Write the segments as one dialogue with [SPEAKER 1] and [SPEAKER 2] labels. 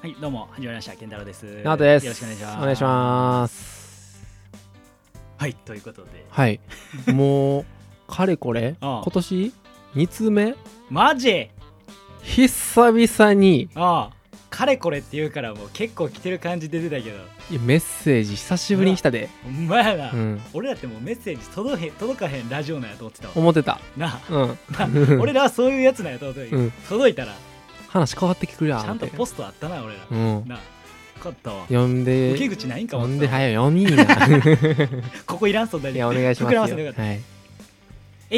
[SPEAKER 1] はい、どうも、はじめまして、健太郎です。
[SPEAKER 2] なおです。
[SPEAKER 1] よろしくお願いします。
[SPEAKER 2] お願いします。
[SPEAKER 1] はい、ということで。
[SPEAKER 2] はい。もう、かれこれ、
[SPEAKER 1] ああ
[SPEAKER 2] 今年2通目
[SPEAKER 1] マジ
[SPEAKER 2] 久々に
[SPEAKER 1] ああ、かれこれって言うから、もう結構来てる感じ出てたけど、
[SPEAKER 2] いやメッセージ久しぶりに来たで。
[SPEAKER 1] ほんまやな。
[SPEAKER 2] うん。
[SPEAKER 1] 俺らってもうメッセージ届へん届かへんラジオなんやと思ってたわ。
[SPEAKER 2] 思ってた。
[SPEAKER 1] な
[SPEAKER 2] うん。
[SPEAKER 1] あ、な俺らはそういうやつなんやと思ってた、
[SPEAKER 2] うん
[SPEAKER 1] 届いたら、ち
[SPEAKER 2] 話変わってくるや
[SPEAKER 1] ゃんとポ
[SPEAKER 2] ス
[SPEAKER 1] ストあったな、俺ら。
[SPEAKER 2] うん。
[SPEAKER 1] なあ、よかったわ。
[SPEAKER 2] 呼んで、
[SPEAKER 1] 受け口ないんか
[SPEAKER 2] 呼
[SPEAKER 1] も。
[SPEAKER 2] んで、早い読みな。
[SPEAKER 1] ここいらん、そん ないに。
[SPEAKER 2] や、お願いしま
[SPEAKER 1] 膨
[SPEAKER 2] す
[SPEAKER 1] ら
[SPEAKER 2] よ。
[SPEAKER 1] ま
[SPEAKER 2] はい。
[SPEAKER 1] せてよかっ
[SPEAKER 2] はい、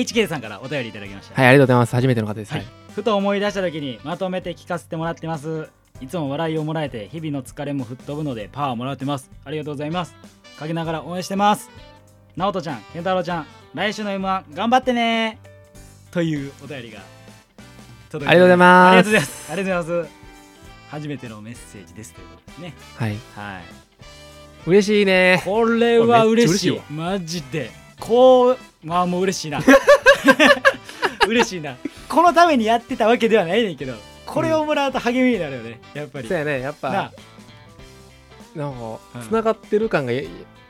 [SPEAKER 1] た HK さんからお便りいただきました。
[SPEAKER 2] ありがとうございます。初めての方です。
[SPEAKER 1] は
[SPEAKER 2] はいい。、
[SPEAKER 1] ふと思い出した時にまとめて聞かせてもらってますいつも笑いをもらえて日々の疲れも吹っ飛ぶのでパワーもらってますありがとうございますかけながら応援してますなおとちゃん健太郎ちゃん来週の M1 頑張ってねというお便りが届
[SPEAKER 2] ありがとうございます
[SPEAKER 1] ありがとうございますありがとうございます初めてのメッセージですということですね
[SPEAKER 2] はい。
[SPEAKER 1] はい
[SPEAKER 2] 嬉しいね。
[SPEAKER 1] これは嬉しい
[SPEAKER 2] これめっちゃ嬉し
[SPEAKER 1] マジでこうまあもう嬉し いな嬉しいなこのためにやってたわけではないねんけどこれをもらうと励みになるよねやっぱり
[SPEAKER 2] そうやね。やっ
[SPEAKER 1] なあ
[SPEAKER 2] ぱ、なんか
[SPEAKER 1] うん、
[SPEAKER 2] つながってる感が、う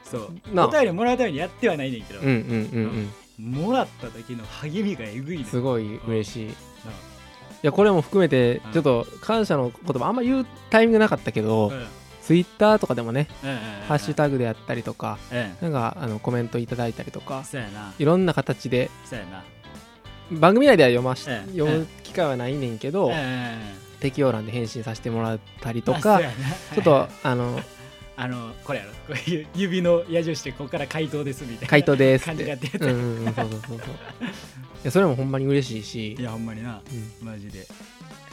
[SPEAKER 1] そう
[SPEAKER 2] なあ
[SPEAKER 1] お便りもらうためにやってはないねんけど、
[SPEAKER 2] んうんうんうん。
[SPEAKER 1] もらった時の励みがえぐいね
[SPEAKER 2] すごい嬉しい。
[SPEAKER 1] なあ
[SPEAKER 2] いやこれも含めて
[SPEAKER 1] うん
[SPEAKER 2] ちょっと感謝の言葉あんま言うタイミングなかったけど、
[SPEAKER 1] うんうんうん
[SPEAKER 2] ツイッターとかでもね、
[SPEAKER 1] うん
[SPEAKER 2] ハッシュタグであったりとか
[SPEAKER 1] うん
[SPEAKER 2] なんかあのコメントいただいたりとか
[SPEAKER 1] そうやない
[SPEAKER 2] ろんな形で
[SPEAKER 1] そうやな
[SPEAKER 2] 番組内では読まし、
[SPEAKER 1] うん
[SPEAKER 2] 読む機会はないねんけど、
[SPEAKER 1] うんうんうん
[SPEAKER 2] 適用欄で返信させてもらったりと
[SPEAKER 1] あそう
[SPEAKER 2] か
[SPEAKER 1] やな
[SPEAKER 2] ちょっと あの
[SPEAKER 1] あのこれやろこういう指の矢印でここから回答ですみたいな
[SPEAKER 2] 回答ですっ
[SPEAKER 1] 感じが
[SPEAKER 2] て
[SPEAKER 1] 出て
[SPEAKER 2] うんうんうんそうそうそうそういやそれもほんまに嬉しいし
[SPEAKER 1] いやほんまにな
[SPEAKER 2] うん
[SPEAKER 1] マジで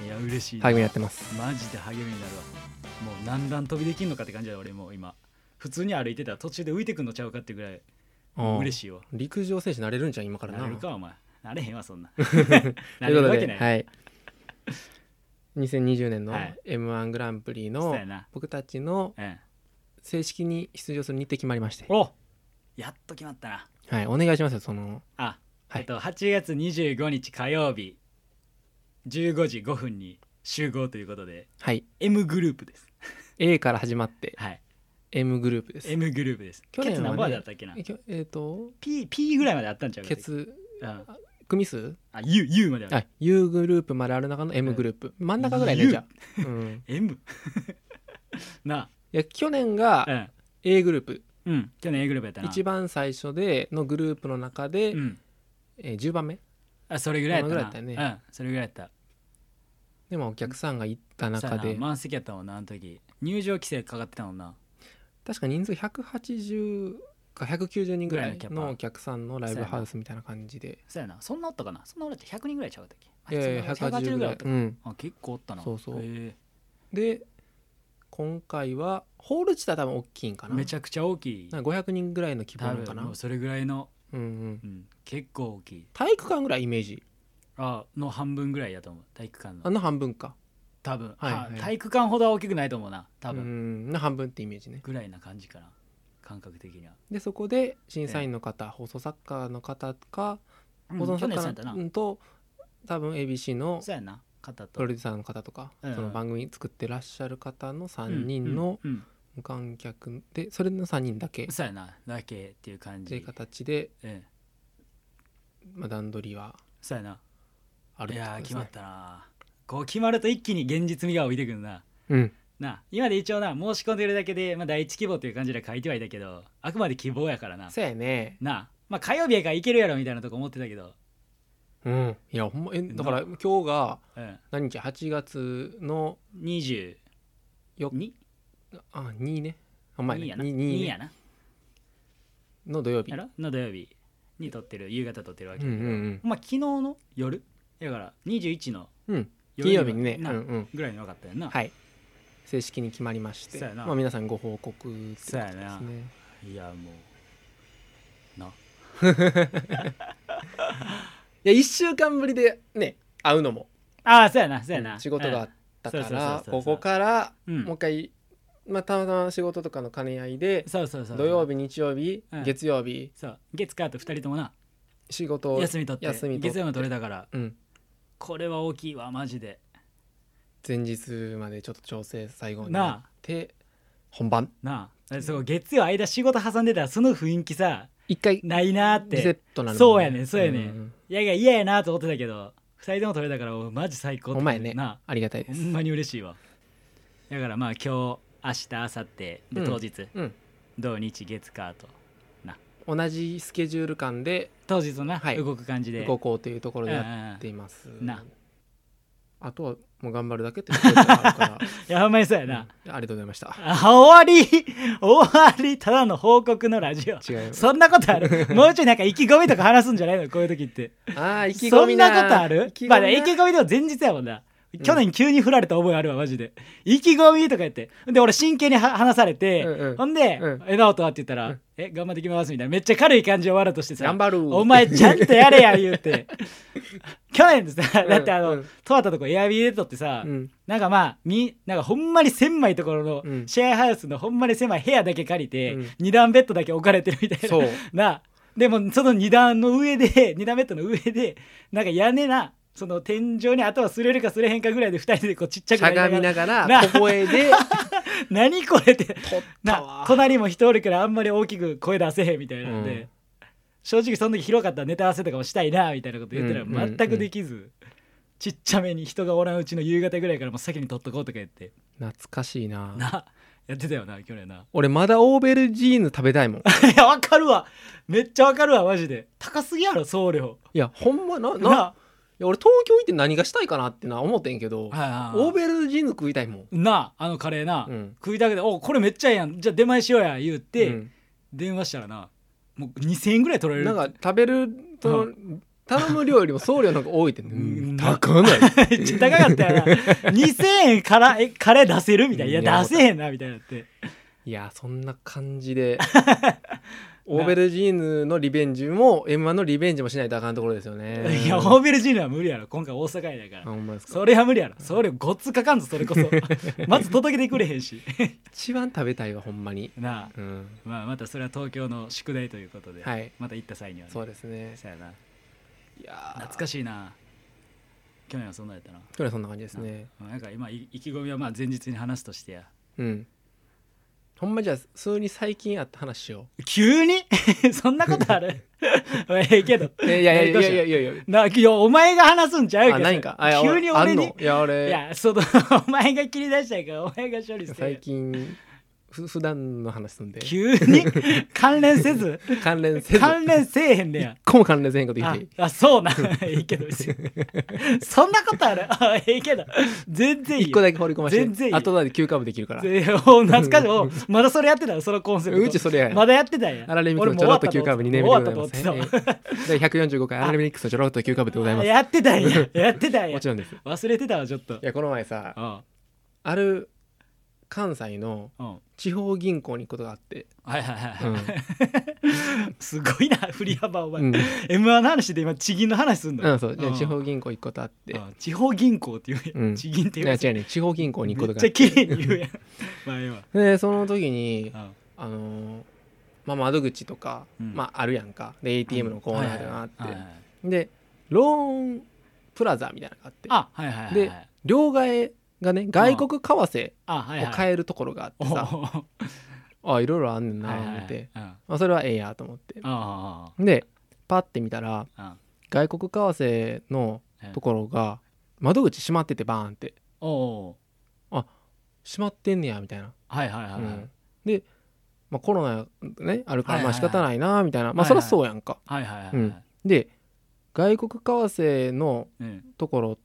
[SPEAKER 1] いや嬉しいな
[SPEAKER 2] 励みになってます
[SPEAKER 1] マジで励みになるわもう何段飛びできんのかって感じだ俺もう今普通に歩いてたら途中で浮いてくんのちゃうかってぐらい嬉
[SPEAKER 2] い
[SPEAKER 1] しいわ
[SPEAKER 2] 陸上選手なれるんじゃん今からな
[SPEAKER 1] なれるかお前なれへんわそ んな
[SPEAKER 2] と
[SPEAKER 1] ないれ
[SPEAKER 2] う
[SPEAKER 1] る
[SPEAKER 2] こ
[SPEAKER 1] わ
[SPEAKER 2] と
[SPEAKER 1] け
[SPEAKER 2] で、
[SPEAKER 1] ない、
[SPEAKER 2] はい、2020年の
[SPEAKER 1] はい
[SPEAKER 2] m 1グランプリ
[SPEAKER 1] そ
[SPEAKER 2] の
[SPEAKER 1] うやな、
[SPEAKER 2] 僕たちの
[SPEAKER 1] うん、
[SPEAKER 2] 正式に出場する日程決まりまして、
[SPEAKER 1] おやっと決まったな
[SPEAKER 2] はい、お願いしますよその
[SPEAKER 1] あ、
[SPEAKER 2] はい
[SPEAKER 1] えっと8月25日火曜日15時5分に集合ということで
[SPEAKER 2] はい
[SPEAKER 1] M グループです
[SPEAKER 2] A から始まって
[SPEAKER 1] はい
[SPEAKER 2] M グループですえ
[SPEAKER 1] M グループです
[SPEAKER 2] 去年
[SPEAKER 1] ケ
[SPEAKER 2] はね
[SPEAKER 1] ツ何番だったっけな
[SPEAKER 2] きょえっ、と
[SPEAKER 1] P, P ぐらいまであったんちゃうか
[SPEAKER 2] ケツ
[SPEAKER 1] うん、
[SPEAKER 2] 組数
[SPEAKER 1] あ U, U まであった
[SPEAKER 2] あ U グループまである中の M グループ真ん中ぐらいね
[SPEAKER 1] U
[SPEAKER 2] じゃあ、うん、
[SPEAKER 1] M ない
[SPEAKER 2] や去年
[SPEAKER 1] あう
[SPEAKER 2] が
[SPEAKER 1] ん
[SPEAKER 2] A グループ
[SPEAKER 1] うん去年 A グループやったな
[SPEAKER 2] 一番最初でのグループの中で、
[SPEAKER 1] うん
[SPEAKER 2] えー10番目
[SPEAKER 1] あそれぐらいやったな
[SPEAKER 2] そのぐらいやった
[SPEAKER 1] うんそれぐらいやった
[SPEAKER 2] でもお客さんが行った
[SPEAKER 1] そう
[SPEAKER 2] 中
[SPEAKER 1] やな
[SPEAKER 2] で
[SPEAKER 1] 満席やったもんなあの時入場規制かかってたもんな
[SPEAKER 2] 確か人数180か190人ぐら
[SPEAKER 1] ぐ
[SPEAKER 2] い
[SPEAKER 1] らいのキャパ
[SPEAKER 2] のお客さんのライブハウスみたいな感じで、
[SPEAKER 1] そうやなそんなおったかなそんな俺って100人ぐらいちゃうかったっけあ
[SPEAKER 2] えー、
[SPEAKER 1] そんな
[SPEAKER 2] 180ぐら
[SPEAKER 1] お
[SPEAKER 2] い
[SPEAKER 1] った
[SPEAKER 2] う
[SPEAKER 1] か
[SPEAKER 2] ん、
[SPEAKER 1] あ結構おったな
[SPEAKER 2] そうそう
[SPEAKER 1] へ
[SPEAKER 2] で今回はホール自体は多分大きいんか
[SPEAKER 1] え
[SPEAKER 2] な
[SPEAKER 1] めちゃくちゃ大きい
[SPEAKER 2] なんか500人ぐらいの規模
[SPEAKER 1] 多
[SPEAKER 2] なのか
[SPEAKER 1] 分
[SPEAKER 2] な
[SPEAKER 1] もうそれぐらいの
[SPEAKER 2] うんうん
[SPEAKER 1] うん結構大きい
[SPEAKER 2] 体育館ぐらいイメージ
[SPEAKER 1] あの半分ぐらいやと思う体育館
[SPEAKER 2] あ
[SPEAKER 1] の
[SPEAKER 2] の半分か
[SPEAKER 1] 多分
[SPEAKER 2] はい
[SPEAKER 1] あ
[SPEAKER 2] はい
[SPEAKER 1] 体育館ほどは大きくないと思うな多
[SPEAKER 2] う
[SPEAKER 1] 分
[SPEAKER 2] んの半分ってイメージね
[SPEAKER 1] ぐらいな感じかな感覚的には
[SPEAKER 2] でそこで審査員の方、放送作家の方か
[SPEAKER 1] うん
[SPEAKER 2] 放送
[SPEAKER 1] 去
[SPEAKER 2] 作
[SPEAKER 1] 年そ
[SPEAKER 2] 家
[SPEAKER 1] う
[SPEAKER 2] の
[SPEAKER 1] やったな
[SPEAKER 2] うんと多分 ABC の
[SPEAKER 1] そうやな肩
[SPEAKER 2] プ
[SPEAKER 1] と
[SPEAKER 2] ロデューサーの方とか、
[SPEAKER 1] うん
[SPEAKER 2] その番組作ってらっしゃる方の3人の、
[SPEAKER 1] うんうん
[SPEAKER 2] 無観客でそれの3人だけ
[SPEAKER 1] うんそうやなだけっていう感
[SPEAKER 2] という
[SPEAKER 1] じ
[SPEAKER 2] 形で、
[SPEAKER 1] うん
[SPEAKER 2] まあ、段取りは
[SPEAKER 1] そうやな
[SPEAKER 2] ある
[SPEAKER 1] い
[SPEAKER 2] てこと
[SPEAKER 1] やー
[SPEAKER 2] です
[SPEAKER 1] 決
[SPEAKER 2] ね
[SPEAKER 1] まったなこう決まると一気に現実味が浮いてくるな
[SPEAKER 2] うん
[SPEAKER 1] なあ今で一応な申し込んでるだけで、まあ、第一希望という感じで書いてはいたけどあくまで希望やからな
[SPEAKER 2] そうやね
[SPEAKER 1] なあまあ火曜日やからいけるやろみたいなとこ思ってたけど
[SPEAKER 2] うんいやほんまえだから今日が
[SPEAKER 1] うん
[SPEAKER 2] 何日8月の
[SPEAKER 1] 22
[SPEAKER 2] よあ2ねあ前ね
[SPEAKER 1] やな
[SPEAKER 2] 2,
[SPEAKER 1] 二
[SPEAKER 2] ね
[SPEAKER 1] やな
[SPEAKER 2] の土曜日
[SPEAKER 1] やろの土曜日に撮ってる夕方撮ってるわ
[SPEAKER 2] う
[SPEAKER 1] け
[SPEAKER 2] んう
[SPEAKER 1] だけど、
[SPEAKER 2] ん
[SPEAKER 1] まあ昨日の夜だから21の
[SPEAKER 2] うんうん
[SPEAKER 1] 夜
[SPEAKER 2] 金曜日にねう
[SPEAKER 1] なん
[SPEAKER 2] うん
[SPEAKER 1] ぐらいに分かったよな、
[SPEAKER 2] はい正式に決まりまして
[SPEAKER 1] そうやな
[SPEAKER 2] まあ皆さんご報告っていうこと
[SPEAKER 1] そうや
[SPEAKER 2] です
[SPEAKER 1] な
[SPEAKER 2] ね
[SPEAKER 1] い、やもうない
[SPEAKER 2] や1週間ぶりでね会うのも
[SPEAKER 1] ああそうやなそうやな、
[SPEAKER 2] 仕事があ
[SPEAKER 1] うん
[SPEAKER 2] ったか
[SPEAKER 1] そうそうそう
[SPEAKER 2] ら
[SPEAKER 1] そうそう
[SPEAKER 2] ここから
[SPEAKER 1] うん
[SPEAKER 2] もう一回まあたまたま仕事とかの兼ね合いで
[SPEAKER 1] そうそうそう
[SPEAKER 2] 土曜
[SPEAKER 1] 日
[SPEAKER 2] 日日曜日、
[SPEAKER 1] うん
[SPEAKER 2] 月曜日
[SPEAKER 1] そう月火と2人ともな
[SPEAKER 2] 仕事を
[SPEAKER 1] 休み取って
[SPEAKER 2] 休み取って
[SPEAKER 1] 月曜も取れたから
[SPEAKER 2] うん
[SPEAKER 1] これは大きいわマジで
[SPEAKER 2] 前日までちょっと調整最後に
[SPEAKER 1] なあ
[SPEAKER 2] なって本番
[SPEAKER 1] なあだってそう月曜間仕事挟んでたらその雰囲気さ
[SPEAKER 2] 一回リ
[SPEAKER 1] ないなーって
[SPEAKER 2] セットなの
[SPEAKER 1] そうやねんそうやねん
[SPEAKER 2] ん
[SPEAKER 1] いやいや嫌やなと思ってたけど2人とも取れたからおマジ最高って
[SPEAKER 2] ほんまやね
[SPEAKER 1] な
[SPEAKER 2] ありがた
[SPEAKER 1] あ
[SPEAKER 2] い
[SPEAKER 1] ほ
[SPEAKER 2] です
[SPEAKER 1] んまに嬉しいわだからまあ今日明日明後日で
[SPEAKER 2] うん
[SPEAKER 1] 当日
[SPEAKER 2] うん
[SPEAKER 1] 土日月火と
[SPEAKER 2] 同じスケジュール感で
[SPEAKER 1] 当日のな、
[SPEAKER 2] はい
[SPEAKER 1] 動く感じで
[SPEAKER 2] 動こうというところでや
[SPEAKER 1] うんうん
[SPEAKER 2] っています
[SPEAKER 1] な
[SPEAKER 2] あとはもう頑張るだけってところがあるから
[SPEAKER 1] いやほんまにそうや
[SPEAKER 2] う ん
[SPEAKER 1] な
[SPEAKER 2] あ、りがとうございました
[SPEAKER 1] あ終わり終わりただの報告のラジオ
[SPEAKER 2] 違うよ
[SPEAKER 1] そんなことあ るもうちょいなんか意気込みとか話すんじゃないのこういう時って
[SPEAKER 2] あー意気
[SPEAKER 1] そ
[SPEAKER 2] 込み
[SPEAKER 1] んなことある
[SPEAKER 2] 意気込み
[SPEAKER 1] まあね、意気込みでも前日やもんな。去年急に振られた覚えあるわ、マジで。意気込みとか言って。で、俺真剣には話されて、
[SPEAKER 2] うんうん
[SPEAKER 1] ほんで、
[SPEAKER 2] うん
[SPEAKER 1] え、なおとはって言ったら、
[SPEAKER 2] うん
[SPEAKER 1] え、頑張ってきますみたいな。めっちゃ軽い感じで終わろうとしてさ、
[SPEAKER 2] 頑張る
[SPEAKER 1] お前ちゃんとやれや、言う て。去年ですさ、だってあの、
[SPEAKER 2] うんうん
[SPEAKER 1] とわったとこエアビーで撮ってさ、
[SPEAKER 2] うん
[SPEAKER 1] なんかまあ、み、なんかほんまに狭いところ
[SPEAKER 2] う
[SPEAKER 1] の、
[SPEAKER 2] ん
[SPEAKER 1] シェアハウスのほんまに狭い部屋だけ借りて、
[SPEAKER 2] うん
[SPEAKER 1] 二段ベッドだけ置かれてるみたいな。
[SPEAKER 2] そう
[SPEAKER 1] なあでもその二段の上で二段ベッドの上でなんか屋根なその天井に頭すれるかすれへんかぐらいで二人でこうちっちゃく
[SPEAKER 2] しゃがみ
[SPEAKER 1] ながら
[SPEAKER 2] なが
[SPEAKER 1] な
[SPEAKER 2] ら小 声で
[SPEAKER 1] 何これって
[SPEAKER 2] 撮っ
[SPEAKER 1] な
[SPEAKER 2] たわ
[SPEAKER 1] 隣も人おるからあんまり大きく声出せへんみたいなんで、
[SPEAKER 2] うん
[SPEAKER 1] 正直その時広かったらネタ合わせとかもしたいなみたいなこと言ってた
[SPEAKER 2] うんうんう
[SPEAKER 1] ら
[SPEAKER 2] ん
[SPEAKER 1] 全くできず、ちっちゃめに人がおらんうちの夕方ぐらいからもう先に取っとこうとか言って
[SPEAKER 2] 懐かしいな
[SPEAKER 1] なやってたよな去年な
[SPEAKER 2] 俺まだオーベルジーヌ食べたいも ん
[SPEAKER 1] いやわかるわめっちゃわかるわマジで高すぎやろ送料
[SPEAKER 2] いやほんまなな
[SPEAKER 1] なあ
[SPEAKER 2] いや俺東京行って何がしたいかなってな思ってんけど
[SPEAKER 1] はいはいはい
[SPEAKER 2] オーベルジーヌ食いたいもん
[SPEAKER 1] なああのカレーな、
[SPEAKER 2] うん
[SPEAKER 1] 食いたくて「おこれめっちゃええやんじゃあ出前しようや」言うて、
[SPEAKER 2] うん
[SPEAKER 1] 電話したらなもう2000円ぐらい取られる
[SPEAKER 2] なんか食べると、
[SPEAKER 1] う
[SPEAKER 2] 頼む量よりも送料の方が多 いって、
[SPEAKER 1] ん
[SPEAKER 2] うん 高ない
[SPEAKER 1] めっちゃ高かったよな2000円からえカレー出せるみたいない
[SPEAKER 2] い
[SPEAKER 1] や
[SPEAKER 2] や
[SPEAKER 1] 出せへんなみたいになって
[SPEAKER 2] いやそんな感 じでオーベルジーヌのリベンジも m 1のリベンジもしないとあかんところですよね
[SPEAKER 1] いやオーベルジーヌは無理やろ今回大阪やだ
[SPEAKER 2] あ
[SPEAKER 1] から
[SPEAKER 2] ほんまですか
[SPEAKER 1] それは無理やろそれごっつかかんぞそれこ そまず届けてくれへんし
[SPEAKER 2] 一番食べたいわほんまに
[SPEAKER 1] なあ
[SPEAKER 2] うん
[SPEAKER 1] まあまたそれは東京の宿題ということで、
[SPEAKER 2] はい
[SPEAKER 1] また行った際にはね
[SPEAKER 2] そうですね
[SPEAKER 1] そうやない
[SPEAKER 2] や
[SPEAKER 1] 懐か
[SPEAKER 2] しい
[SPEAKER 1] しいな去年はそんなんやったな
[SPEAKER 2] 去年そんな感じですね
[SPEAKER 1] うんなんか今い意気込みはまあ前日に話すとしてや
[SPEAKER 2] うんほんまじゃあ普通に最近あった話しよ
[SPEAKER 1] 急 にそんなことあ るええけど
[SPEAKER 2] ういやいやい
[SPEAKER 1] どうし
[SPEAKER 2] や
[SPEAKER 1] よう
[SPEAKER 2] いやいやいやいや
[SPEAKER 1] ないやお前が話すんちゃうけ
[SPEAKER 2] あ
[SPEAKER 1] ど
[SPEAKER 2] 何かあいや
[SPEAKER 1] 急に
[SPEAKER 2] あ
[SPEAKER 1] 俺
[SPEAKER 2] ん
[SPEAKER 1] に
[SPEAKER 2] のいや
[SPEAKER 1] い
[SPEAKER 2] 俺
[SPEAKER 1] やその お前が切り出したいからお前が処理して
[SPEAKER 2] 最
[SPEAKER 1] よ
[SPEAKER 2] 近ふ普段の話すんで
[SPEAKER 1] 急に関連せず
[SPEAKER 2] 関連せず
[SPEAKER 1] 関連せえへんねや
[SPEAKER 2] 一個も関連せんこと言っ
[SPEAKER 1] あ
[SPEAKER 2] ていい
[SPEAKER 1] あそうな いいけど別 にそんなことあるあええけど全然いい
[SPEAKER 2] 一個だけ放り込まして
[SPEAKER 1] 全然いい
[SPEAKER 2] 後で休暇もできるから
[SPEAKER 1] け懐かしいおまだそれやってたのそのコンセプト
[SPEAKER 2] うちそれや
[SPEAKER 1] まだやってたんや
[SPEAKER 2] アラレミック
[SPEAKER 1] 俺
[SPEAKER 2] の
[SPEAKER 1] も
[SPEAKER 2] ちょろっと休暇部2年目でございます
[SPEAKER 1] 終わったと思ってたわ
[SPEAKER 2] ええ第145回アラレミックスのちょろっと休暇部でございます
[SPEAKER 1] やってたんや やってたんや
[SPEAKER 2] もちろんですい
[SPEAKER 1] 忘れてたわちょっと
[SPEAKER 2] やこの前さ
[SPEAKER 1] あ
[SPEAKER 2] ある関西の
[SPEAKER 1] あうん
[SPEAKER 2] 地方銀行に行くことがあって、
[SPEAKER 1] はいはいはい
[SPEAKER 2] うん
[SPEAKER 1] はい すごいな振り幅お前、
[SPEAKER 2] うん
[SPEAKER 1] M1 の話で今地銀の話すん
[SPEAKER 2] う
[SPEAKER 1] の、
[SPEAKER 2] んそうじゃあ
[SPEAKER 1] うん
[SPEAKER 2] 地方銀行行くことあって
[SPEAKER 1] あ地方銀行っていうやん、
[SPEAKER 2] うん
[SPEAKER 1] 地銀って
[SPEAKER 2] い
[SPEAKER 1] いう
[SPEAKER 2] や
[SPEAKER 1] やつ
[SPEAKER 2] 違うね地方銀行に行く
[SPEAKER 1] め
[SPEAKER 2] こ
[SPEAKER 1] っ
[SPEAKER 2] と
[SPEAKER 1] ちゃ
[SPEAKER 2] が
[SPEAKER 1] 綺麗に言うやん まあええわ
[SPEAKER 2] あってでその時に
[SPEAKER 1] うん
[SPEAKER 2] あのーまあ、窓口とか、
[SPEAKER 1] うん
[SPEAKER 2] まあ、あるやんかで ATM のコーナーだなっ
[SPEAKER 1] はいはい
[SPEAKER 2] て
[SPEAKER 1] はい
[SPEAKER 2] でローンプラザみたいなのがあって
[SPEAKER 1] あはいはいはい
[SPEAKER 2] で両替がね外国為替
[SPEAKER 1] あはい
[SPEAKER 2] を
[SPEAKER 1] はい
[SPEAKER 2] 変えるところがあってさ、
[SPEAKER 1] おおお
[SPEAKER 2] あいろいろあんねんな
[SPEAKER 1] はい
[SPEAKER 2] 思
[SPEAKER 1] はい
[SPEAKER 2] って、
[SPEAKER 1] うんあ
[SPEAKER 2] まあ、それはええやと思って
[SPEAKER 1] あ
[SPEAKER 2] でパッて見たら
[SPEAKER 1] あああ
[SPEAKER 2] 外国為替の
[SPEAKER 1] ええ
[SPEAKER 2] ところが窓口閉まっててバーンって
[SPEAKER 1] おお
[SPEAKER 2] 閉まってんねやみたいな、
[SPEAKER 1] はいはいはいは
[SPEAKER 2] う
[SPEAKER 1] い
[SPEAKER 2] んで、まあ、コロナねあるから
[SPEAKER 1] はいはいはい
[SPEAKER 2] まあ仕方ないなみたいな、
[SPEAKER 1] は
[SPEAKER 2] まあ
[SPEAKER 1] い
[SPEAKER 2] そ
[SPEAKER 1] は
[SPEAKER 2] り
[SPEAKER 1] い
[SPEAKER 2] ゃそうやんか、
[SPEAKER 1] はいはいはい
[SPEAKER 2] うんで外国為替の
[SPEAKER 1] うん
[SPEAKER 2] ところやっ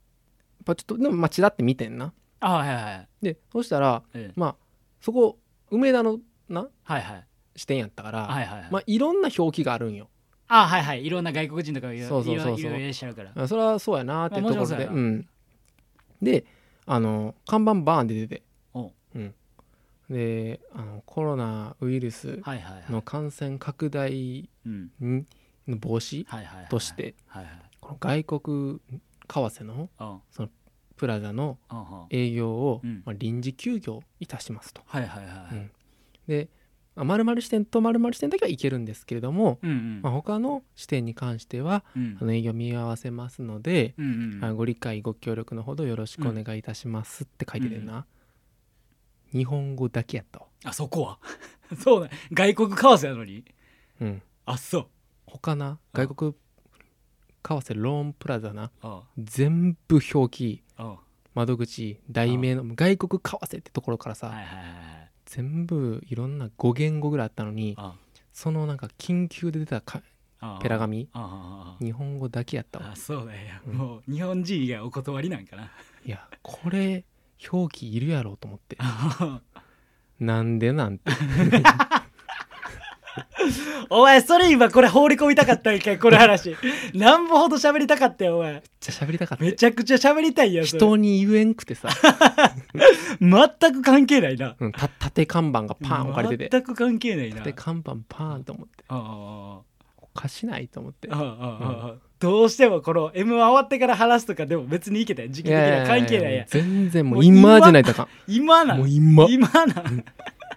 [SPEAKER 2] ぱちょっとでもまあちらって見てんな
[SPEAKER 1] あはいはいはい
[SPEAKER 2] でそしたら
[SPEAKER 1] うん
[SPEAKER 2] まあそこ梅田のな
[SPEAKER 1] はいはい
[SPEAKER 2] 視点やったから、
[SPEAKER 1] はいはいはい
[SPEAKER 2] まあ、いろんな表記があるんよ
[SPEAKER 1] あはいはいいろんな外国人とかいろい
[SPEAKER 2] そ
[SPEAKER 1] ろ
[SPEAKER 2] うそうそうそう
[SPEAKER 1] いろいろいらっしゃるから
[SPEAKER 2] あそれはそうやなっていう
[SPEAKER 1] まあ
[SPEAKER 2] ところで、
[SPEAKER 1] もちろんそうやな
[SPEAKER 2] うん、であの看板バーンって出て
[SPEAKER 1] おう
[SPEAKER 2] うん、であのコロナウイルス
[SPEAKER 1] はいはいはい
[SPEAKER 2] の感染拡大
[SPEAKER 1] うん
[SPEAKER 2] にの防止
[SPEAKER 1] はいはいはい
[SPEAKER 2] として
[SPEAKER 1] はいはい
[SPEAKER 2] この外国為替の
[SPEAKER 1] うん
[SPEAKER 2] プラザの
[SPEAKER 1] うんうん
[SPEAKER 2] 営業を、
[SPEAKER 1] うん
[SPEAKER 2] まあ、臨時休業いたしますと、
[SPEAKER 1] はいはいはいはい
[SPEAKER 2] うんでまあ丸々視点と丸々視点だけはいけるんですけれども、
[SPEAKER 1] うんうん
[SPEAKER 2] まあ、他の視点に関しては
[SPEAKER 1] うん
[SPEAKER 2] あの営業見合わせますので、
[SPEAKER 1] うんう
[SPEAKER 2] あ
[SPEAKER 1] ん
[SPEAKER 2] ご理解ご協力のほどよろしくお願いいたしますって書いてるな、日本語だけやと、
[SPEAKER 1] あそこは そうだ外国為替やのに
[SPEAKER 2] うん、
[SPEAKER 1] あそう
[SPEAKER 2] 他な外国為替ローンプラザな
[SPEAKER 1] あ
[SPEAKER 2] 全部表記
[SPEAKER 1] ああ
[SPEAKER 2] 窓口題名の外国為替ってところから
[SPEAKER 1] あ
[SPEAKER 2] さ、
[SPEAKER 1] はいはいはいはい
[SPEAKER 2] 全部いろんな5言語ぐらいあったのに
[SPEAKER 1] あ
[SPEAKER 2] そのなんか緊急で出たか
[SPEAKER 1] ああ
[SPEAKER 2] ペラ紙
[SPEAKER 1] ああああ
[SPEAKER 2] 日本語だけやった
[SPEAKER 1] あ
[SPEAKER 2] わ
[SPEAKER 1] あそうだよ、
[SPEAKER 2] うん
[SPEAKER 1] もう日本人以外お断りなんかない
[SPEAKER 2] やこれ表記いるやろうと思って
[SPEAKER 1] あ
[SPEAKER 2] なんでなんて
[SPEAKER 1] お前それ今これ放り込みたかったんかいこの 話なんぼほど喋りたかったよお前
[SPEAKER 2] じゃ喋りたかった
[SPEAKER 1] めちゃくちゃ喋りたいやんそれ
[SPEAKER 2] 人に言えんく てさ、
[SPEAKER 1] 全く関係ないな
[SPEAKER 2] うん、た縦看板がパーン置かれてて
[SPEAKER 1] 全く関係ないな
[SPEAKER 2] 縦看板パーンと思って
[SPEAKER 1] ああ
[SPEAKER 2] おかしないと思って
[SPEAKER 1] ああああああああどうしてもこの M 終わってから話すとかでも別にいけたよ時期的には関係ないやん
[SPEAKER 2] 全然
[SPEAKER 1] も
[SPEAKER 2] もう
[SPEAKER 1] う今
[SPEAKER 2] 今じゃないとあか
[SPEAKER 1] 今なん
[SPEAKER 2] もうん今
[SPEAKER 1] 今なん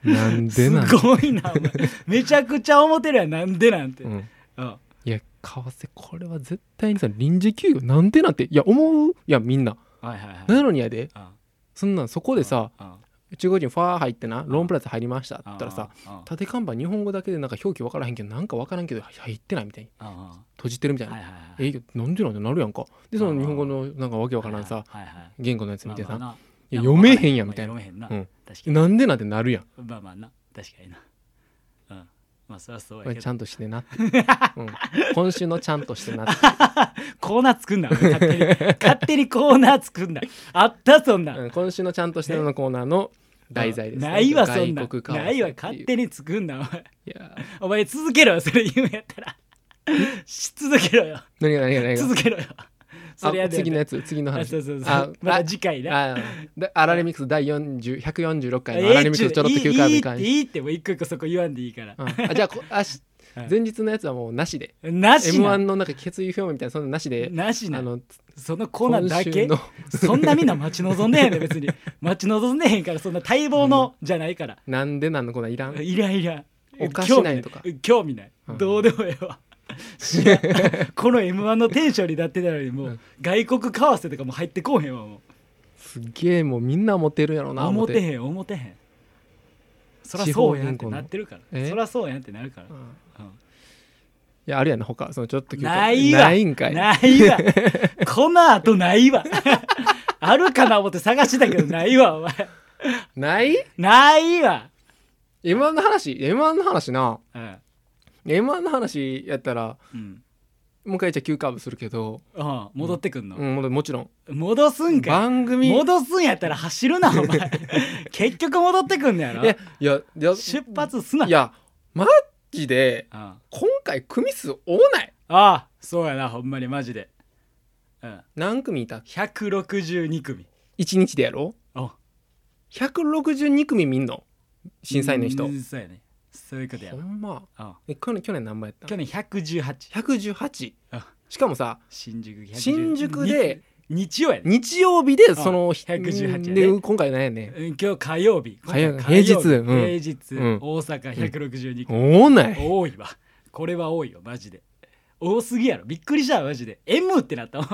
[SPEAKER 2] なんですなん
[SPEAKER 1] ごいなお前 めちゃくちゃ思ってるやんなんでなんて、
[SPEAKER 2] うん
[SPEAKER 1] あ
[SPEAKER 2] いや為替これは絶対にさ臨時休業なんでなんていや思ういやみんな
[SPEAKER 1] あはいはいはい
[SPEAKER 2] なのにやで
[SPEAKER 1] あ
[SPEAKER 2] そんなんそこでさ
[SPEAKER 1] あ
[SPEAKER 2] 中国人ファー入ってなローンプラス入りましたって
[SPEAKER 1] あ
[SPEAKER 2] 言ったらさ
[SPEAKER 1] ああ
[SPEAKER 2] 縦看板日本語だけでなんか表記分からへんけどなんか分からんけど入ってないみたいに
[SPEAKER 1] ああ
[SPEAKER 2] 閉じてるみたい
[SPEAKER 1] はい
[SPEAKER 2] な
[SPEAKER 1] はいはい
[SPEAKER 2] 営業なんでなんてなるやんかでその
[SPEAKER 1] あー
[SPEAKER 2] 日本語のなんかわけわからんさ
[SPEAKER 1] はいはいはい
[SPEAKER 2] 言語のやつ見て
[SPEAKER 1] まあ
[SPEAKER 2] さ
[SPEAKER 1] まあない
[SPEAKER 2] や読めへんやんみたいな
[SPEAKER 1] まあ読めへんな、
[SPEAKER 2] うん
[SPEAKER 1] 確かに
[SPEAKER 2] なんでなんてなるやん
[SPEAKER 1] まあまあな確かになうんまあそりゃそう
[SPEAKER 2] こ
[SPEAKER 1] や
[SPEAKER 2] れ
[SPEAKER 1] け
[SPEAKER 2] ちゃ
[SPEAKER 1] ど
[SPEAKER 2] んとしてなって、 うん今週のちゃんとしてなって
[SPEAKER 1] コーナー作んなお前勝手に 勝手にコーナー作んなあったそんな、
[SPEAKER 2] うん今週のちゃんとしてなのコーナーの題材ですね、
[SPEAKER 1] ないわそんな
[SPEAKER 2] 外国為替ってう
[SPEAKER 1] ないわ勝手に作んなお前
[SPEAKER 2] いや
[SPEAKER 1] お前続けろよそれ言うんやったらし続けろよ
[SPEAKER 2] 何が何が何が
[SPEAKER 1] 続けろよそれや
[SPEAKER 2] あ
[SPEAKER 1] で
[SPEAKER 2] 次のやつ次の
[SPEAKER 1] あ
[SPEAKER 2] 話
[SPEAKER 1] そうそうそう
[SPEAKER 2] あ
[SPEAKER 1] ま
[SPEAKER 2] あ
[SPEAKER 1] た次回な
[SPEAKER 2] あでアラレミックス第40 146
[SPEAKER 1] え
[SPEAKER 2] 回のアラレ
[SPEAKER 1] え
[SPEAKER 2] ミッ
[SPEAKER 1] ち
[SPEAKER 2] ク
[SPEAKER 1] ゅ
[SPEAKER 2] スちょろっと9
[SPEAKER 1] いいいいっ
[SPEAKER 2] 回目会
[SPEAKER 1] ていいってもう一個一個そこ言わんでいいから
[SPEAKER 2] うんあじゃあこ あし
[SPEAKER 1] はい
[SPEAKER 2] 前日のやつはもうなしで
[SPEAKER 1] なし
[SPEAKER 2] m 1
[SPEAKER 1] な
[SPEAKER 2] のなんか決意表明みたいなそんなのなしで
[SPEAKER 1] なし
[SPEAKER 2] あ
[SPEAKER 1] な
[SPEAKER 2] の
[SPEAKER 1] そのコーナー
[SPEAKER 2] 今
[SPEAKER 1] だ
[SPEAKER 2] 週
[SPEAKER 1] け
[SPEAKER 2] の
[SPEAKER 1] そんなみんな待ち望んでへんね別に待ち望んでへんからそんな待望のじゃないから、
[SPEAKER 2] なんでなんのコーナーいらん
[SPEAKER 1] いらいら
[SPEAKER 2] おかしないとか
[SPEAKER 1] 興味ない
[SPEAKER 2] うん
[SPEAKER 1] どうでもええわ知らんこの m 1のテンションになってたのにもう、
[SPEAKER 2] うん
[SPEAKER 1] 外国為替とかも入ってこうへんわも
[SPEAKER 2] すっげえもうみんな思ってるやろ
[SPEAKER 1] う
[SPEAKER 2] な
[SPEAKER 1] 思て
[SPEAKER 2] ん
[SPEAKER 1] へん思てへんそらそうやんってなってるか
[SPEAKER 2] 地方銀行の
[SPEAKER 1] ら
[SPEAKER 2] え
[SPEAKER 1] そらそうやんってなるから、
[SPEAKER 2] いやあるやんな他そのちょっと
[SPEAKER 1] うん
[SPEAKER 2] 聞
[SPEAKER 1] ないわ
[SPEAKER 2] ないんかい
[SPEAKER 1] ない わこの後ないわあるかな思って探してたけどないわお前
[SPEAKER 2] ない
[SPEAKER 1] ないわ、
[SPEAKER 2] m 1の話 m 1の話な
[SPEAKER 1] うん、
[SPEAKER 2] m 1の話やったら
[SPEAKER 1] うん。
[SPEAKER 2] もう一回じゃあ急カーブするけど、
[SPEAKER 1] ああ戻ってくんの、
[SPEAKER 2] うん、ももちろん
[SPEAKER 1] 戻すんか
[SPEAKER 2] 番
[SPEAKER 1] い
[SPEAKER 2] 組
[SPEAKER 1] 戻すんやったら走るなお 前結局戻ってくんのやろ
[SPEAKER 2] いやいやいや
[SPEAKER 1] 出発すない
[SPEAKER 2] やマジで
[SPEAKER 1] あ
[SPEAKER 2] 今回組数多ない
[SPEAKER 1] あああそうやなほんまにマジで、うん、
[SPEAKER 2] 何組いた
[SPEAKER 1] 162組
[SPEAKER 2] 1日でやろ
[SPEAKER 1] お
[SPEAKER 2] 162組見んの審査員の人
[SPEAKER 1] うんそうやねそういうことや
[SPEAKER 2] ほ
[SPEAKER 1] ろ
[SPEAKER 2] んま
[SPEAKER 1] あ
[SPEAKER 2] え去年去年何倍やった
[SPEAKER 1] 去年118
[SPEAKER 2] 118
[SPEAKER 1] あ
[SPEAKER 2] しかもさ
[SPEAKER 1] 新宿118
[SPEAKER 2] 新宿で
[SPEAKER 1] 日日曜やね
[SPEAKER 2] 日曜日でその
[SPEAKER 1] 118やね
[SPEAKER 2] で今回なんやね
[SPEAKER 1] うん今日火曜日
[SPEAKER 2] 火曜
[SPEAKER 1] 今回火曜日
[SPEAKER 2] 平日うん
[SPEAKER 1] 平日、
[SPEAKER 2] うん
[SPEAKER 1] 大阪162組、
[SPEAKER 2] 多ない
[SPEAKER 1] 多いわこれは多いよマジで多すぎやろびっくりしたわマジで M ってなった もん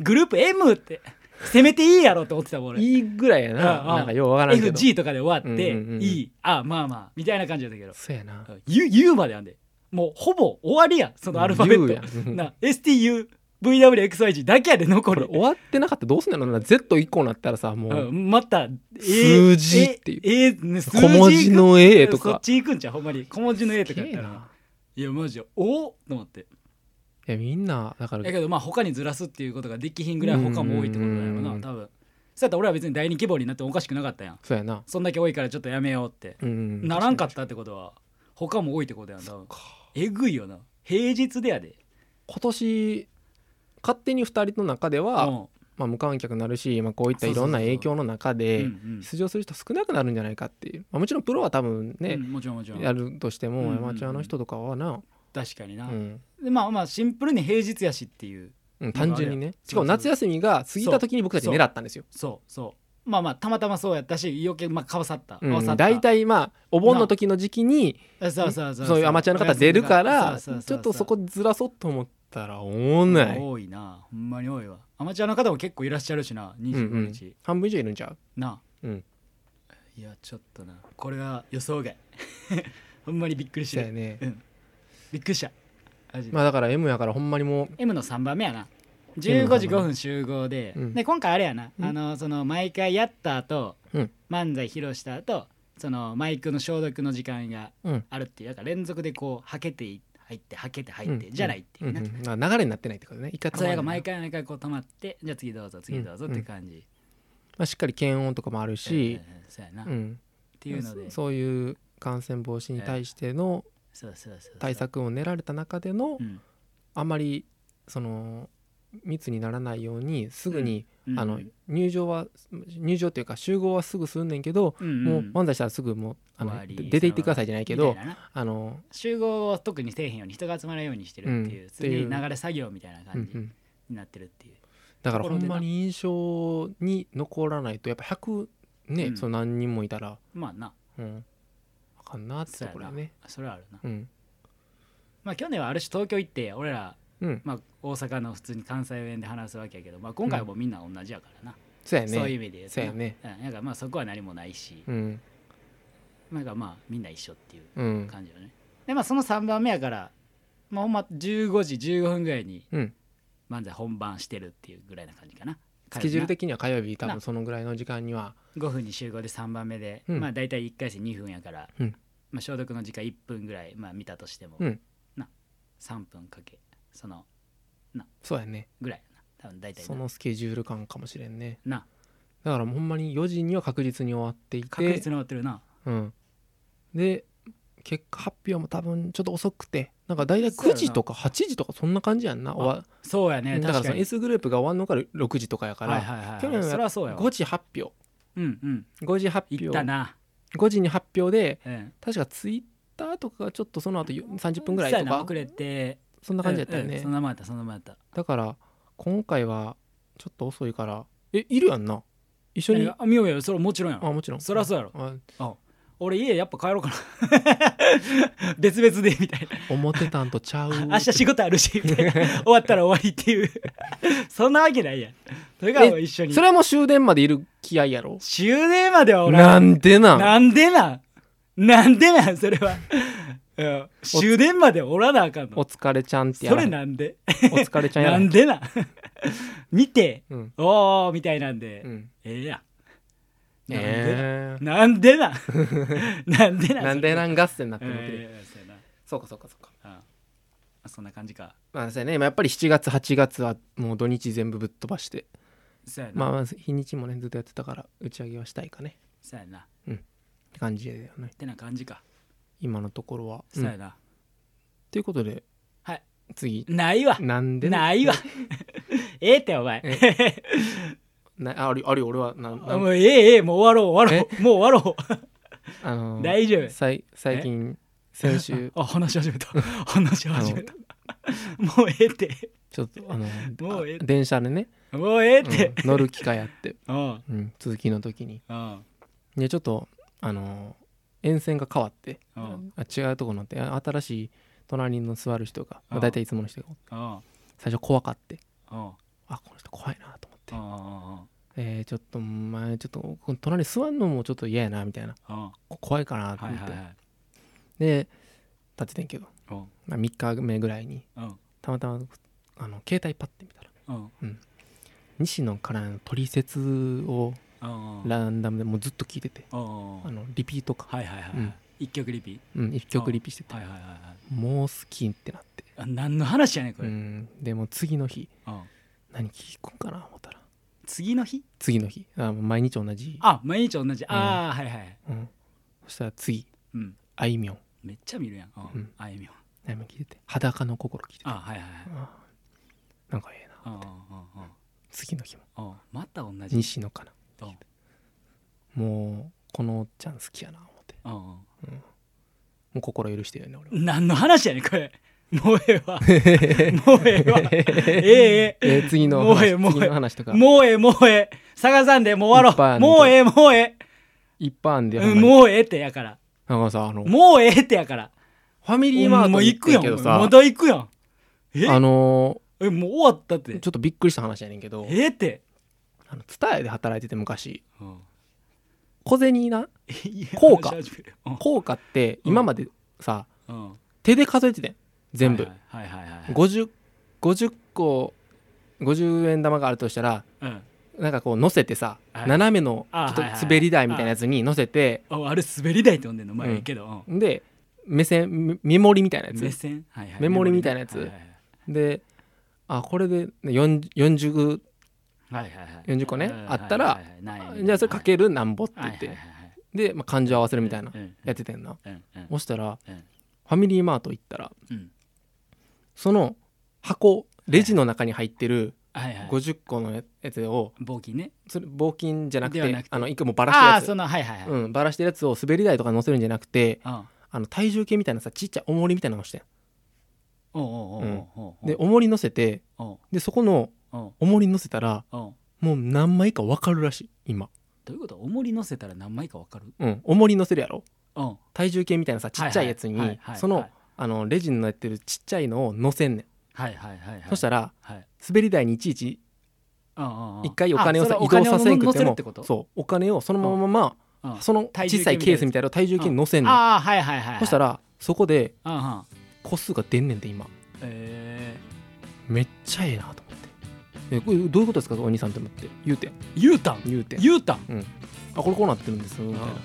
[SPEAKER 1] グループ M ってせめていいやろって思ってたもん俺
[SPEAKER 2] いいぐらいやな
[SPEAKER 1] うんうん
[SPEAKER 2] なんかようわからんけど
[SPEAKER 1] FG とかで終わって、
[SPEAKER 2] うんうんうん
[SPEAKER 1] いいあまあまあみたいな感じだったけど
[SPEAKER 2] そうやな
[SPEAKER 1] 言う言うまであんでもうほぼ終わりやんそのアルファベッ
[SPEAKER 2] ト
[SPEAKER 1] トな STUVWXYG だけやで残
[SPEAKER 2] これ
[SPEAKER 1] る
[SPEAKER 2] 終わってなかったらどうすんのやろな Z1 個になったらさもう、
[SPEAKER 1] うん、また、え
[SPEAKER 2] 数字っていう
[SPEAKER 1] ええね数字
[SPEAKER 2] 小文字の A と
[SPEAKER 1] そっ
[SPEAKER 2] か
[SPEAKER 1] ち行くんちゃうほんまに小文字の A とか
[SPEAKER 2] す
[SPEAKER 1] やっ
[SPEAKER 2] げえ
[SPEAKER 1] たら
[SPEAKER 2] ない
[SPEAKER 1] やマジでおっと思って
[SPEAKER 2] いやみんなだから
[SPEAKER 1] やけどまあ他にずらすっていうことができひんぐらい他も多いってことだよ
[SPEAKER 2] うんうんうんう
[SPEAKER 1] なん多分そうやったら俺は別に第二希望になってもおかしくなかったやん
[SPEAKER 2] そうやな
[SPEAKER 1] そんだけ多いからちょっとやめようって
[SPEAKER 2] うん
[SPEAKER 1] ならんかったってことは他も多いってことやん多分
[SPEAKER 2] か
[SPEAKER 1] えぐいよな平日でやで
[SPEAKER 2] 今年勝手に2人の中では、
[SPEAKER 1] うん
[SPEAKER 2] まあ、無観客になるし、まあ、こういった
[SPEAKER 1] そう
[SPEAKER 2] い
[SPEAKER 1] そうそ
[SPEAKER 2] ろ
[SPEAKER 1] うそうん
[SPEAKER 2] な影響の中で
[SPEAKER 1] うん
[SPEAKER 2] 出場する人少なくなるんじゃないかっていう、まあ、もちろんプロは多分
[SPEAKER 1] うんう
[SPEAKER 2] ね、
[SPEAKER 1] んもちろんもちろ
[SPEAKER 2] や
[SPEAKER 1] ん
[SPEAKER 2] るとして
[SPEAKER 1] うん
[SPEAKER 2] も
[SPEAKER 1] うん
[SPEAKER 2] ア
[SPEAKER 1] うん
[SPEAKER 2] マチュアの人とかはな、
[SPEAKER 1] 確かに
[SPEAKER 2] う
[SPEAKER 1] なんでまあまあシンプルに平日やしっていう
[SPEAKER 2] うん単純にね
[SPEAKER 1] そう
[SPEAKER 2] しかも夏休みが過ぎた時に僕たち狙ったんですよ
[SPEAKER 1] そうそまあまあたまたまそうやったし余計まあかぶさったか
[SPEAKER 2] う
[SPEAKER 1] ぶさ
[SPEAKER 2] ん、
[SPEAKER 1] った
[SPEAKER 2] 大体まあお盆の時の時期に
[SPEAKER 1] そうそうそう
[SPEAKER 2] そういうアマチュアの方出るからち
[SPEAKER 1] そうそうそう
[SPEAKER 2] ょっとそこずらそうと思ったらおんない、
[SPEAKER 1] 多いなほんまに多いわアマチュアの方も結構いらっしゃるしな
[SPEAKER 2] うんう
[SPEAKER 1] 25
[SPEAKER 2] ん
[SPEAKER 1] 日、
[SPEAKER 2] 半分以上いるんちゃう
[SPEAKER 1] なあ
[SPEAKER 2] うん
[SPEAKER 1] いやちょっとなこれは予想外 ほんまにびっくりし
[SPEAKER 2] そ
[SPEAKER 1] た
[SPEAKER 2] うやね
[SPEAKER 1] うんびっくりしたマジで
[SPEAKER 2] まあだから M やからほんまにも
[SPEAKER 1] M の3番目やな
[SPEAKER 2] M の
[SPEAKER 1] 15時
[SPEAKER 2] 3
[SPEAKER 1] 5
[SPEAKER 2] 番
[SPEAKER 1] 分集合で、
[SPEAKER 2] うん
[SPEAKER 1] で今回あれやな、
[SPEAKER 2] うん
[SPEAKER 1] あのその毎回やった後、
[SPEAKER 2] うん
[SPEAKER 1] 漫才披露した後そのマイクの消毒の時間が
[SPEAKER 2] う、うん
[SPEAKER 1] あるっていうだから連続でこうはけてい入ってはけて入って、
[SPEAKER 2] うん
[SPEAKER 1] じゃないってい
[SPEAKER 2] う
[SPEAKER 1] うんな、
[SPEAKER 2] うんまあ、流れになってないってことね一回止ま
[SPEAKER 1] そ
[SPEAKER 2] る
[SPEAKER 1] れが毎回毎回こう止まってじゃあ次どうぞ次どうぞっ
[SPEAKER 2] うん
[SPEAKER 1] て感じ、
[SPEAKER 2] まあ、しっかり検温とかもある
[SPEAKER 1] う
[SPEAKER 2] し
[SPEAKER 1] ん、うんそうやな、
[SPEAKER 2] う
[SPEAKER 1] っ
[SPEAKER 2] ん、
[SPEAKER 1] ていうので
[SPEAKER 2] そそういう感染防止に対しての
[SPEAKER 1] そうそうそうそう
[SPEAKER 2] 対策を練られた中での
[SPEAKER 1] うん
[SPEAKER 2] あまりその密にならないようにすぐに、
[SPEAKER 1] うん
[SPEAKER 2] あ
[SPEAKER 1] う
[SPEAKER 2] の
[SPEAKER 1] ん
[SPEAKER 2] 入場は入場っていうか集合はすぐすんねんけど、
[SPEAKER 1] うん
[SPEAKER 2] もう漫才したらすぐもうあ
[SPEAKER 1] 終
[SPEAKER 2] の
[SPEAKER 1] わり
[SPEAKER 2] 出て行ってくださいじゃないけ
[SPEAKER 1] み
[SPEAKER 2] ど
[SPEAKER 1] たいなな
[SPEAKER 2] あの、
[SPEAKER 1] 集合を特にせえへんように人が集まらないようにしてるっていう、
[SPEAKER 2] う
[SPEAKER 1] 常に
[SPEAKER 2] んっていう
[SPEAKER 1] 流れ作業みたいな
[SPEAKER 2] うん
[SPEAKER 1] 感
[SPEAKER 2] う
[SPEAKER 1] じ
[SPEAKER 2] ん、
[SPEAKER 1] になってるっていう、
[SPEAKER 2] だからほんまに印象に残らないとやっぱ100ね、
[SPEAKER 1] うん
[SPEAKER 2] その何人もいたら、
[SPEAKER 1] まあな
[SPEAKER 2] うん、あかんなっ
[SPEAKER 1] そ
[SPEAKER 2] てと
[SPEAKER 1] うや
[SPEAKER 2] ころ
[SPEAKER 1] な
[SPEAKER 2] やね。
[SPEAKER 1] それはあるな、
[SPEAKER 2] うん
[SPEAKER 1] まあ去年はある種東京行って俺ら、
[SPEAKER 2] うん、
[SPEAKER 1] まあ、大阪の普通に関西弁で話すわけやけど、まあ、今回はもうみんな同じやからな、
[SPEAKER 2] そうやね
[SPEAKER 1] そういう意味で言うと
[SPEAKER 2] そうやね
[SPEAKER 1] うん、なんかまあそこは何もないし、
[SPEAKER 2] うん
[SPEAKER 1] なんかまあみんな一緒っていう
[SPEAKER 2] うん
[SPEAKER 1] 感じよねでまあその3番目やから、まあ、ほんま15時15分ぐらいに
[SPEAKER 2] うん
[SPEAKER 1] 漫才本番してるっていうぐらいな感じかな
[SPEAKER 2] スケジュール
[SPEAKER 1] で
[SPEAKER 2] 的には火曜日多
[SPEAKER 1] な
[SPEAKER 2] 分そのぐらいの時間には
[SPEAKER 1] 5分に集合で3番目で、
[SPEAKER 2] うん
[SPEAKER 1] まあ大体1回戦2分やから、
[SPEAKER 2] うん
[SPEAKER 1] まあ、消毒の時間1分ぐらい、まあ、見たとしても、
[SPEAKER 2] うん
[SPEAKER 1] な3分かけその
[SPEAKER 2] そうやね
[SPEAKER 1] ぐらいやな多分大体な
[SPEAKER 2] そのスケジュール感かもしれんね
[SPEAKER 1] な
[SPEAKER 2] だからもうほんまに4時には確実に終わっていて
[SPEAKER 1] 確実に終わってるな
[SPEAKER 2] うん、で結果発表も多分ちょっと遅くてなんか大体
[SPEAKER 1] そうや
[SPEAKER 2] 9
[SPEAKER 1] な
[SPEAKER 2] 時とか8時とかそんな感じやんな終わ
[SPEAKER 1] そうやね
[SPEAKER 2] だから
[SPEAKER 1] 確
[SPEAKER 2] そ
[SPEAKER 1] か
[SPEAKER 2] の
[SPEAKER 1] に
[SPEAKER 2] S グループが終わんのから6時とかやか
[SPEAKER 1] はい
[SPEAKER 2] ら
[SPEAKER 1] はいはい、
[SPEAKER 2] 去年は
[SPEAKER 1] それはそうやわ
[SPEAKER 2] 5時発表
[SPEAKER 1] うんうん
[SPEAKER 2] 5時発
[SPEAKER 1] 行
[SPEAKER 2] 表
[SPEAKER 1] ったな、
[SPEAKER 2] 5時に発表で
[SPEAKER 1] うん、
[SPEAKER 2] 確かツイッターとかがちょっとその後よ30分ぐらい
[SPEAKER 1] そう
[SPEAKER 2] と
[SPEAKER 1] やな
[SPEAKER 2] か
[SPEAKER 1] 遅れて
[SPEAKER 2] そんな感じやったよ
[SPEAKER 1] うんう
[SPEAKER 2] ね
[SPEAKER 1] んそんなもんやったそんなもんやった
[SPEAKER 2] だから今回はちょっと遅いからえいるやんな一緒に
[SPEAKER 1] えあ見ようよそれもちろんや
[SPEAKER 2] あ
[SPEAKER 1] ろ
[SPEAKER 2] もちろん
[SPEAKER 1] そりゃそうやろ
[SPEAKER 2] あ
[SPEAKER 1] 俺家やっぱ帰ろうかな 別々でみたい
[SPEAKER 2] 思ってたんとちゃう
[SPEAKER 1] な明日仕 事あるしみたいな 終わったら終わりっていうそんなわけないやんそれからもう一緒に
[SPEAKER 2] それはもう終電までいる気合やろ
[SPEAKER 1] 終電まではおら
[SPEAKER 2] なんんでなん
[SPEAKER 1] なんでなんなんでなんそれは、うん、終電までおらなあかん
[SPEAKER 2] お
[SPEAKER 1] の
[SPEAKER 2] 疲れちゃんってや
[SPEAKER 1] そ
[SPEAKER 2] ら
[SPEAKER 1] れ
[SPEAKER 2] へん
[SPEAKER 1] なんで
[SPEAKER 2] お疲れちゃんや
[SPEAKER 1] な
[SPEAKER 2] らへ
[SPEAKER 1] ん
[SPEAKER 2] ん
[SPEAKER 1] でなん見て
[SPEAKER 2] うん
[SPEAKER 1] おーみたいなんで、
[SPEAKER 2] うん
[SPEAKER 1] ええやんなんでなん
[SPEAKER 2] えー
[SPEAKER 1] なんでなん なんでなん
[SPEAKER 2] なんでなん合戦になって
[SPEAKER 1] え
[SPEAKER 2] るわけで
[SPEAKER 1] えそうや
[SPEAKER 2] そうかそうかそうか
[SPEAKER 1] なうんそんな感じか
[SPEAKER 2] まあそうやね今やっぱり7月8月はもう土日全部ぶっ飛ばして
[SPEAKER 1] そうやな、
[SPEAKER 2] まあまあ日にちもねずっとやってたから打ち上げはしたいかね
[SPEAKER 1] そうやなっ
[SPEAKER 2] って感じだよね
[SPEAKER 1] てな感じか、
[SPEAKER 2] 今のところは
[SPEAKER 1] そう
[SPEAKER 2] う
[SPEAKER 1] や
[SPEAKER 2] ん
[SPEAKER 1] な
[SPEAKER 2] ということで
[SPEAKER 1] はい
[SPEAKER 2] 次
[SPEAKER 1] ないわ
[SPEAKER 2] なんでなん
[SPEAKER 1] ないわ ええってお前
[SPEAKER 2] なああるあるよ俺はなな
[SPEAKER 1] もうええええもう終わろう終わろうもう終わろ
[SPEAKER 2] あの
[SPEAKER 1] う
[SPEAKER 2] ー
[SPEAKER 1] 大丈夫
[SPEAKER 2] さい 最近先週
[SPEAKER 1] あ話し始めた 話し始めたもうええって
[SPEAKER 2] ちょっとあのー
[SPEAKER 1] もうええ
[SPEAKER 2] あ電車でね、
[SPEAKER 1] もうええっ
[SPEAKER 2] うん
[SPEAKER 1] て
[SPEAKER 2] 乗る機会あって、
[SPEAKER 1] うん
[SPEAKER 2] うん、続きの時に
[SPEAKER 1] うん
[SPEAKER 2] でちょっとあのー沿線が変わって
[SPEAKER 1] うん
[SPEAKER 2] あ違うとこ乗ってあ新しい隣の座る人が、
[SPEAKER 1] う
[SPEAKER 2] まあ、
[SPEAKER 1] ん
[SPEAKER 2] 大体いつもの人が
[SPEAKER 1] うん
[SPEAKER 2] 最初怖かって
[SPEAKER 1] うんうん
[SPEAKER 2] あこの人怖いなと思って、
[SPEAKER 1] うんうん
[SPEAKER 2] えーちょっと前ちょっとこの隣座るのもちょっと嫌やなみたいな
[SPEAKER 1] うんは
[SPEAKER 2] こ怖いかないと
[SPEAKER 1] は
[SPEAKER 2] 思
[SPEAKER 1] い
[SPEAKER 2] って、
[SPEAKER 1] はい
[SPEAKER 2] で立っててんけど、
[SPEAKER 1] うん
[SPEAKER 2] まあ、3日目ぐらいに
[SPEAKER 1] うん
[SPEAKER 2] たまたまあの携帯パッて見たら
[SPEAKER 1] うん
[SPEAKER 2] 西野からの取説を
[SPEAKER 1] うんうん
[SPEAKER 2] ランダムでもうずっと聞いてて
[SPEAKER 1] うんう
[SPEAKER 2] あ
[SPEAKER 1] ん
[SPEAKER 2] のリピートか、
[SPEAKER 1] はいはいは
[SPEAKER 2] うん
[SPEAKER 1] い一曲リピ
[SPEAKER 2] うん、一曲リピしてて
[SPEAKER 1] はいはいはいはい
[SPEAKER 2] もう好きってなって、
[SPEAKER 1] あ何の話やねんこ
[SPEAKER 2] う
[SPEAKER 1] れ、
[SPEAKER 2] ん、でもう次の日
[SPEAKER 1] うん
[SPEAKER 2] 何聞こうかな思ったら
[SPEAKER 1] 次の日
[SPEAKER 2] 次の日あもう毎日同じ、
[SPEAKER 1] あ毎日同じ、ああはいはい、
[SPEAKER 2] うん、そしたら次
[SPEAKER 1] うん、
[SPEAKER 2] あいみょん
[SPEAKER 1] めっちゃ見るやん、うん
[SPEAKER 2] うん
[SPEAKER 1] あゆみょん
[SPEAKER 2] あいみょん聞いてて裸の心聞いてて
[SPEAKER 1] あはいはいはい
[SPEAKER 2] あーなんかええな
[SPEAKER 1] うんうんうん
[SPEAKER 2] 次の日も
[SPEAKER 1] うんうんまた同じ
[SPEAKER 2] 西野かな
[SPEAKER 1] うん
[SPEAKER 2] もうこのおっちゃん好きやな思って
[SPEAKER 1] うん
[SPEAKER 2] もう心許してるよね俺は
[SPEAKER 1] うん何の話やねんこれもうええ わ。もうええわ。ええええ。
[SPEAKER 2] えー次の
[SPEAKER 1] もうえ
[SPEAKER 2] 話
[SPEAKER 1] えもうええ
[SPEAKER 2] 次の話とか
[SPEAKER 1] もうええ、もうええ。探さんでもう終
[SPEAKER 2] いっぱい
[SPEAKER 1] わろう。
[SPEAKER 2] あんねん
[SPEAKER 1] もうええ、もうえ
[SPEAKER 2] 一般で
[SPEAKER 1] え。
[SPEAKER 2] ほん
[SPEAKER 1] う
[SPEAKER 2] ま
[SPEAKER 1] ん
[SPEAKER 2] に
[SPEAKER 1] もうええってやから。
[SPEAKER 2] なんかさあのフ
[SPEAKER 1] もうええってやから。
[SPEAKER 2] ァミリーマー
[SPEAKER 1] も
[SPEAKER 2] ト
[SPEAKER 1] う
[SPEAKER 2] に
[SPEAKER 1] 行
[SPEAKER 2] 行く
[SPEAKER 1] くやん。
[SPEAKER 2] けど
[SPEAKER 1] ま
[SPEAKER 2] さ
[SPEAKER 1] だ行くやん。え
[SPEAKER 2] あの
[SPEAKER 1] え、もう終わったっ
[SPEAKER 2] ー
[SPEAKER 1] て。
[SPEAKER 2] ちょっとびっくりした話やねんけど
[SPEAKER 1] ええって。
[SPEAKER 2] あの蔦屋で働いてて昔
[SPEAKER 1] うん
[SPEAKER 2] 小銭な
[SPEAKER 1] こ
[SPEAKER 2] こ
[SPEAKER 1] う
[SPEAKER 2] う
[SPEAKER 1] か
[SPEAKER 2] か
[SPEAKER 1] うん
[SPEAKER 2] 硬貨って今までさ
[SPEAKER 1] うん
[SPEAKER 2] 手で数えててん全部
[SPEAKER 1] はいはいはいはいはい
[SPEAKER 2] 50 50個50円玉があるとしたら
[SPEAKER 1] うん
[SPEAKER 2] なんかこう乗せてさ
[SPEAKER 1] はい
[SPEAKER 2] 斜めのちょ
[SPEAKER 1] あ
[SPEAKER 2] っと
[SPEAKER 1] はいはい
[SPEAKER 2] 滑り台みたいなやつに乗せて
[SPEAKER 1] ああれ滑り台って呼んでんのまあ
[SPEAKER 2] うん
[SPEAKER 1] いいけどうん
[SPEAKER 2] で目線メメモリみたいなや
[SPEAKER 1] 目
[SPEAKER 2] つ
[SPEAKER 1] 線はいはい
[SPEAKER 2] メモリみたいなやつ
[SPEAKER 1] はいはい
[SPEAKER 2] であこれでね40 40
[SPEAKER 1] はいはいはい
[SPEAKER 2] 40個ね
[SPEAKER 1] うん
[SPEAKER 2] あったら
[SPEAKER 1] はいはいはいない
[SPEAKER 2] じゃあそれかけるなんぼって
[SPEAKER 1] はい
[SPEAKER 2] 言っ
[SPEAKER 1] はいはい
[SPEAKER 2] て
[SPEAKER 1] はい
[SPEAKER 2] で、まあ、漢字を合わせるみたいな
[SPEAKER 1] うん
[SPEAKER 2] やっててんな
[SPEAKER 1] うんうん
[SPEAKER 2] そしたら
[SPEAKER 1] うん
[SPEAKER 2] ファミリーマート行ったら
[SPEAKER 1] うん
[SPEAKER 2] その箱レジの中に入ってる
[SPEAKER 1] はいはい
[SPEAKER 2] 50個のやつを
[SPEAKER 1] 募金ね
[SPEAKER 2] それ募金じゃなく
[SPEAKER 1] では
[SPEAKER 2] て
[SPEAKER 1] なくて
[SPEAKER 2] あの一個もうバラしてる
[SPEAKER 1] あ
[SPEAKER 2] や
[SPEAKER 1] あそ
[SPEAKER 2] つ
[SPEAKER 1] のはいはいはいうん
[SPEAKER 2] うん、バラしてるやつを滑り台とかに乗せるんじゃなくてあの体重計みたいなさちっちゃい重りみたいなのをしてん
[SPEAKER 1] おうおうおうおうおう
[SPEAKER 2] で重り乗せて
[SPEAKER 1] おう
[SPEAKER 2] でそこの
[SPEAKER 1] おう
[SPEAKER 2] 重り乗せたら
[SPEAKER 1] おう
[SPEAKER 2] もう何枚か分かるらしい今
[SPEAKER 1] どういうこと重り乗せたら何枚かわかる
[SPEAKER 2] うん重り乗せるやろ
[SPEAKER 1] うん
[SPEAKER 2] 体重計みたいなさちっちゃいやつ
[SPEAKER 1] はいはい
[SPEAKER 2] に
[SPEAKER 1] はい
[SPEAKER 2] そ
[SPEAKER 1] は
[SPEAKER 2] の
[SPEAKER 1] い
[SPEAKER 2] あのレジになってるちっちゃいのを乗せんねん、
[SPEAKER 1] はいはいはいはい
[SPEAKER 2] そしたら
[SPEAKER 1] はい
[SPEAKER 2] 滑り台にいちいち一
[SPEAKER 1] 一
[SPEAKER 2] 回お金をさ移動させんくてもそうお金をそのまま、
[SPEAKER 1] うん
[SPEAKER 2] その
[SPEAKER 1] 体重計
[SPEAKER 2] 小さいケースみたいなのを体重計に乗せんねん、
[SPEAKER 1] ああはいはいはいはい
[SPEAKER 2] そしたらそこで
[SPEAKER 1] うんうん
[SPEAKER 2] 個数が出んねんて今
[SPEAKER 1] え
[SPEAKER 2] めっちゃええなと思ってえこれどういうことですかお兄さんって思って言うてん
[SPEAKER 1] ー言うたん
[SPEAKER 2] 言うてん
[SPEAKER 1] 言うたん
[SPEAKER 2] あこれこうなってるんですみ
[SPEAKER 1] うんう
[SPEAKER 2] た
[SPEAKER 1] ん
[SPEAKER 2] い
[SPEAKER 1] う
[SPEAKER 2] な
[SPEAKER 1] ん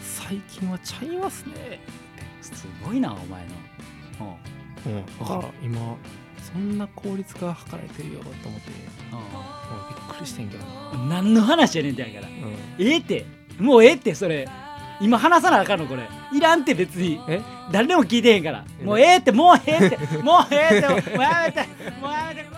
[SPEAKER 2] 最近はちゃいますね
[SPEAKER 1] すごいなお前のうんうん
[SPEAKER 2] うんだから今そんな効率が図られてるよと思ってうんびっくりしてんけど、
[SPEAKER 1] うん何の話やねんてやから
[SPEAKER 2] うん、
[SPEAKER 1] ええってもうええってそれ今話さなあかんのこれいらんって別に
[SPEAKER 2] え
[SPEAKER 1] 誰でも聞いてへんからもうええってもうええってもうええってもうやめてもうやめて